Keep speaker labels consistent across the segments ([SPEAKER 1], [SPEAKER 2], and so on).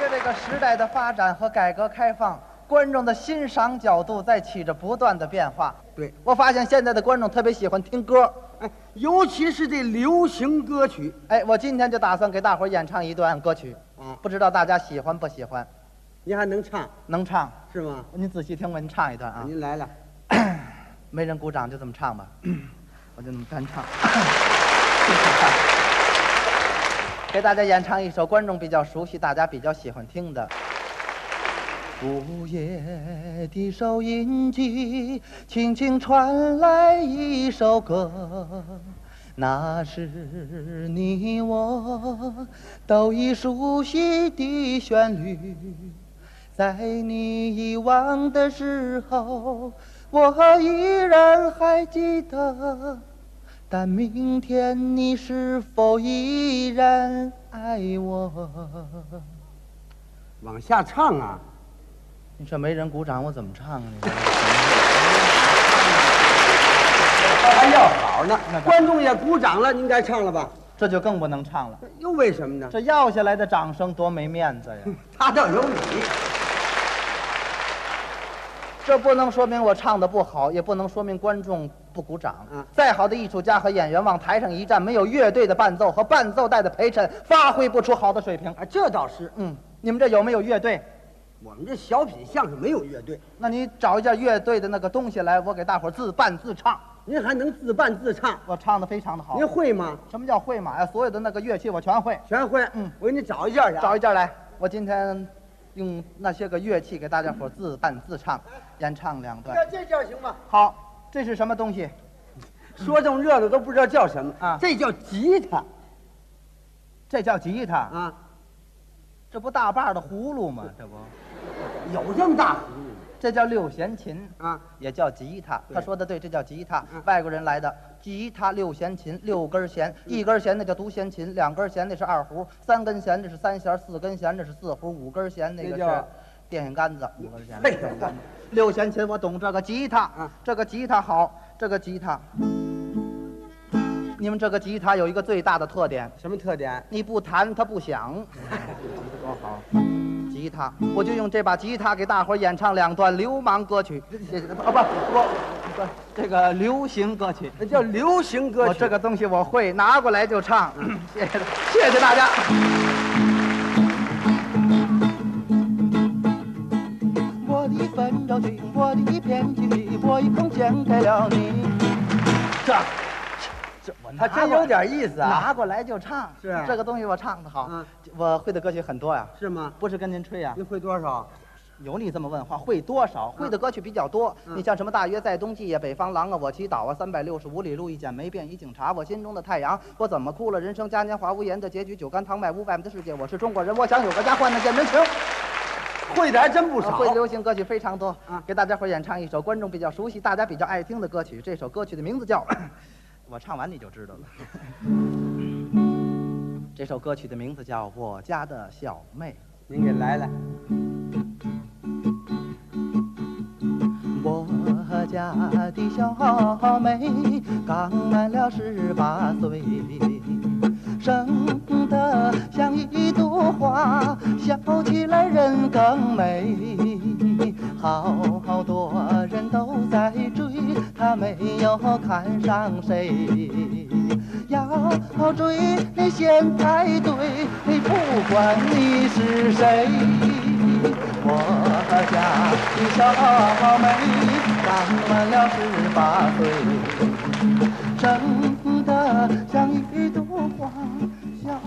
[SPEAKER 1] 着这个时代的发展和改革开放，观众的欣赏角度在起着不断的变化。
[SPEAKER 2] 对，
[SPEAKER 1] 我发现现在的观众特别喜欢听歌，
[SPEAKER 2] 哎，尤其是这流行歌曲，
[SPEAKER 1] 哎，我今天就打算给大伙儿演唱一段歌曲，
[SPEAKER 2] 嗯
[SPEAKER 1] 不知道大家喜欢不喜欢？
[SPEAKER 2] 您还能唱
[SPEAKER 1] 能唱？
[SPEAKER 2] 是吗？
[SPEAKER 1] 您仔细听我，您唱一段啊。
[SPEAKER 2] 您来了，
[SPEAKER 1] 没人鼓掌就这么唱吧，我就这么干唱。 给大家演唱一首观众比较熟悉、大家比较喜欢听的。午夜的收音机，轻轻传来一首歌，那是你我都已熟悉的旋律。在你遗忘的时候，我依然还记得。但明天你是否依然爱我？
[SPEAKER 2] 往下唱啊，
[SPEAKER 1] 你说没人鼓掌，我怎么唱啊呢？哎
[SPEAKER 2] 还哎要好呢。观众也鼓掌了，您该唱了吧？
[SPEAKER 1] 这就更不能唱了。
[SPEAKER 2] 又为什么呢？
[SPEAKER 1] 这要下来的掌声多没面子呀！
[SPEAKER 2] 他倒有理。
[SPEAKER 1] 这不能说明我唱的不好，也不能说明观众不鼓掌。
[SPEAKER 2] 嗯
[SPEAKER 1] 再好的艺术家和演员往台上一站，没有乐队的伴奏和伴奏带的陪衬，发挥不出好的水平。
[SPEAKER 2] 啊，这倒是，
[SPEAKER 1] 嗯，你们这有没有乐队？
[SPEAKER 2] 我们这小品相声没有乐队，
[SPEAKER 1] 那你找一件乐队的那个东西来，我给大伙儿自伴自唱。
[SPEAKER 2] 您还能自伴自唱，
[SPEAKER 1] 我唱的非常的好。
[SPEAKER 2] 您会吗？
[SPEAKER 1] 什么叫会马呀？所有的那个乐器我全会。
[SPEAKER 2] 全会。
[SPEAKER 1] 嗯
[SPEAKER 2] 我给你找一件去啊。
[SPEAKER 1] 找一件来，我今天用那些个乐器给大家伙儿自伴自唱，演唱两段。
[SPEAKER 2] 这件行吗？
[SPEAKER 1] 好，这是什么东西？
[SPEAKER 2] 说这么热闹都不知道叫什么
[SPEAKER 1] 啊
[SPEAKER 2] 这叫吉他
[SPEAKER 1] 这叫吉他，
[SPEAKER 2] 啊，
[SPEAKER 1] 这不大把的葫芦吗？这不，
[SPEAKER 2] 有这么大葫芦吗
[SPEAKER 1] 这叫六弦琴。
[SPEAKER 2] 啊？
[SPEAKER 1] 也叫吉他，
[SPEAKER 2] 对
[SPEAKER 1] 他说的对，这叫吉他
[SPEAKER 2] 嗯。
[SPEAKER 1] 外国人来的吉他六弦琴，六根弦，一根弦那叫独弦琴，两根弦那是二胡，三根弦这是三弦，四根弦这是四胡，五根弦那个
[SPEAKER 2] 那
[SPEAKER 1] 是
[SPEAKER 2] 叫
[SPEAKER 1] 电线杆子，五根弦。
[SPEAKER 2] 哎呀，
[SPEAKER 1] 六弦琴我懂这个吉他
[SPEAKER 2] 嗯，
[SPEAKER 1] 这个吉他好，这个吉他，你们这个吉他有一个最大的特点，
[SPEAKER 2] 什么特点？
[SPEAKER 1] 你不弹它不响。多好。吉他，我就用这把吉他给大伙儿演唱两段流氓歌曲，这这啊不不不，这个流行歌曲。
[SPEAKER 2] 那叫流行
[SPEAKER 1] 我
[SPEAKER 2] 歌曲。
[SPEAKER 1] 哦这个东西我会，拿过来就唱。嗯谢谢谢谢大家。我的奋斗曲，我的编曲曲，我一空献给了你。这这我拿
[SPEAKER 2] 还真
[SPEAKER 1] 过来
[SPEAKER 2] 有点意思啊，
[SPEAKER 1] 拿过来就唱。
[SPEAKER 2] 是啊
[SPEAKER 1] 这个东西我唱的好
[SPEAKER 2] 嗯，
[SPEAKER 1] 我会的歌曲很多呀，
[SPEAKER 2] 是吗？
[SPEAKER 1] 不是跟您吹呀。
[SPEAKER 2] 您会多少？
[SPEAKER 1] 有你这么问话，会多少？会的歌曲比较多。
[SPEAKER 2] 嗯
[SPEAKER 1] 你像什么《大约在冬季》呀，《北方狼》啊，《我祈祷》啊，《三百六十五里路》一剪梅变一警察，《我心中的太阳》，我怎么哭了？人生嘉年华无言的结局，酒干倘卖无外面的世界。我是中国人，我想有个家，患难见人情。
[SPEAKER 2] 啊会的还真不少。
[SPEAKER 1] 会流行歌曲非常多
[SPEAKER 2] 啊，
[SPEAKER 1] 给大家伙儿演唱一首观众比较熟悉、大家比较爱听的歌曲。这首歌曲的名字叫…… 我唱完你就知道了。 这首歌曲的名字叫《我家的小妹》。
[SPEAKER 2] 您给来来，
[SPEAKER 1] 我家的小妹刚满了十八岁，生得像一朵花，笑起来人更美。好多人都在追，她没有看上谁。要追你先排队，不管你是谁。我家的小妹刚满了十八岁，生得像一朵花，小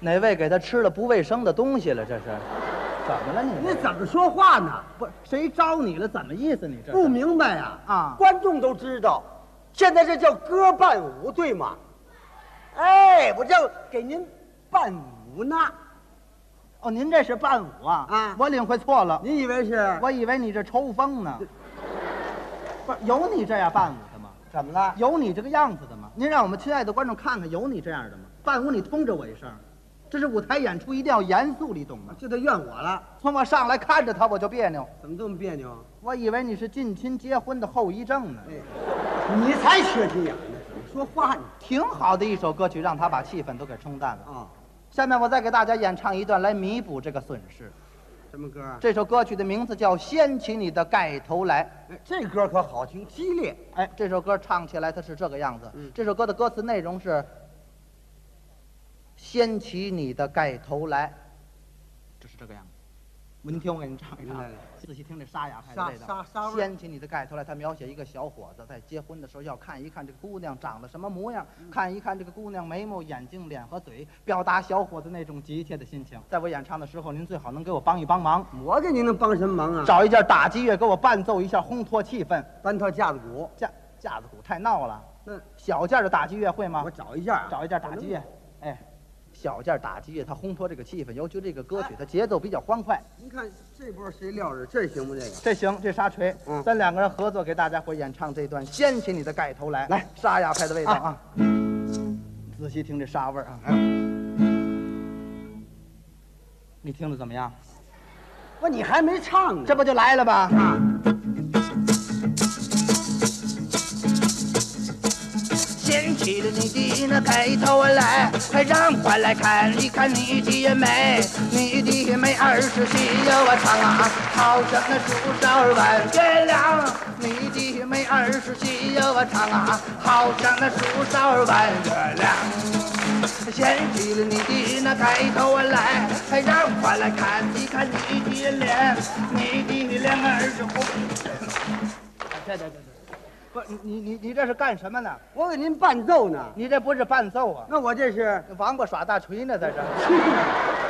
[SPEAKER 1] 哪位给他吃了不卫生的东西了？这是怎么了你？
[SPEAKER 2] 你怎么说话呢？
[SPEAKER 1] 不是谁招你了？怎么意思？你这
[SPEAKER 2] 不明白呀、
[SPEAKER 1] 啊
[SPEAKER 2] 观众都知道，现在这叫歌伴舞，对吗？哎，我这给您伴舞呢。
[SPEAKER 1] 哦，您这是伴舞啊？
[SPEAKER 2] 啊
[SPEAKER 1] 我领会错了，
[SPEAKER 2] 您以为是？
[SPEAKER 1] 我以为你这抽风呢。不是有你这样伴舞的吗？
[SPEAKER 2] 怎么了？
[SPEAKER 1] 有你这个样子的吗？您让我们亲爱的观众看看，有你这样的吗？伴舞你通知我一声，这是舞台演出，一定要严肃，你懂吗？
[SPEAKER 2] 这都怨我了，
[SPEAKER 1] 从我上来看着他我就别扭，
[SPEAKER 2] 怎么这么别扭？哎
[SPEAKER 1] 我以为你是近亲结婚的后遗症呢。
[SPEAKER 2] 你才缺心眼呢，怎么说话呢？
[SPEAKER 1] 挺好的一首歌曲，让他把气氛都给冲淡了。
[SPEAKER 2] 啊、
[SPEAKER 1] 下面我再给大家演唱一段来弥补这个损失。
[SPEAKER 2] 什么歌啊？
[SPEAKER 1] 这首歌曲的名字叫《掀起你的盖头来》。
[SPEAKER 2] 哎这歌可好听，激烈。
[SPEAKER 1] 哎，这首歌唱起来它是这个样子。
[SPEAKER 2] 嗯
[SPEAKER 1] 这首歌的歌词内容是：掀起你的盖头来，就是这个样子。我您听我给您唱一唱
[SPEAKER 2] 来来，
[SPEAKER 1] 仔细听这沙哑派的
[SPEAKER 2] 沙
[SPEAKER 1] 味道
[SPEAKER 2] 沙。沙味儿
[SPEAKER 1] 掀起你的盖头来，他描写一个小伙子在结婚的时候要看一看这个姑娘长得什么模样，看一看这个姑娘眉毛、眼睛、脸和嘴，表达小伙子那种急切的心情。在我演唱的时候，您最好能给我帮一帮忙，
[SPEAKER 2] 我给您能帮什么忙啊？
[SPEAKER 1] 找一件打击乐给我伴奏一下，烘托气氛。
[SPEAKER 2] 搬套架子鼓。
[SPEAKER 1] 架架子鼓太闹了。
[SPEAKER 2] 那
[SPEAKER 1] 小件儿的打击乐会吗
[SPEAKER 2] 我？找一下啊，
[SPEAKER 1] 找一件打击乐，哎，小件儿打击乐它烘托这个气氛，尤其这个歌曲它节奏比较欢快，
[SPEAKER 2] 您看这波谁撂着？这行不？这个
[SPEAKER 1] 这行，这沙锤，
[SPEAKER 2] 嗯
[SPEAKER 1] 咱两个人合作给大家伙演唱这段《掀起你的盖头来》，
[SPEAKER 2] 来
[SPEAKER 1] 沙哑派的味道啊，仔细听这沙味儿啊，你听着怎么样？
[SPEAKER 2] 不，你还没唱呢。
[SPEAKER 1] 这不就来了吧？
[SPEAKER 2] 啊，
[SPEAKER 1] 掀起了你的那盖头来，让我来看一看你的美，你的美儿是需要我唱啊，好像那树梢弯月亮。你的美儿是需要我唱啊，好像那树梢弯月亮。掀起了你的那盖头来，让我来看一看你的脸，你的脸儿是红。对对对对，不，你你你你这是干什么呢？
[SPEAKER 2] 我给您伴奏呢。
[SPEAKER 1] 你这不是伴奏啊？
[SPEAKER 2] 那我这是
[SPEAKER 1] 王八耍大锤呢，在这儿。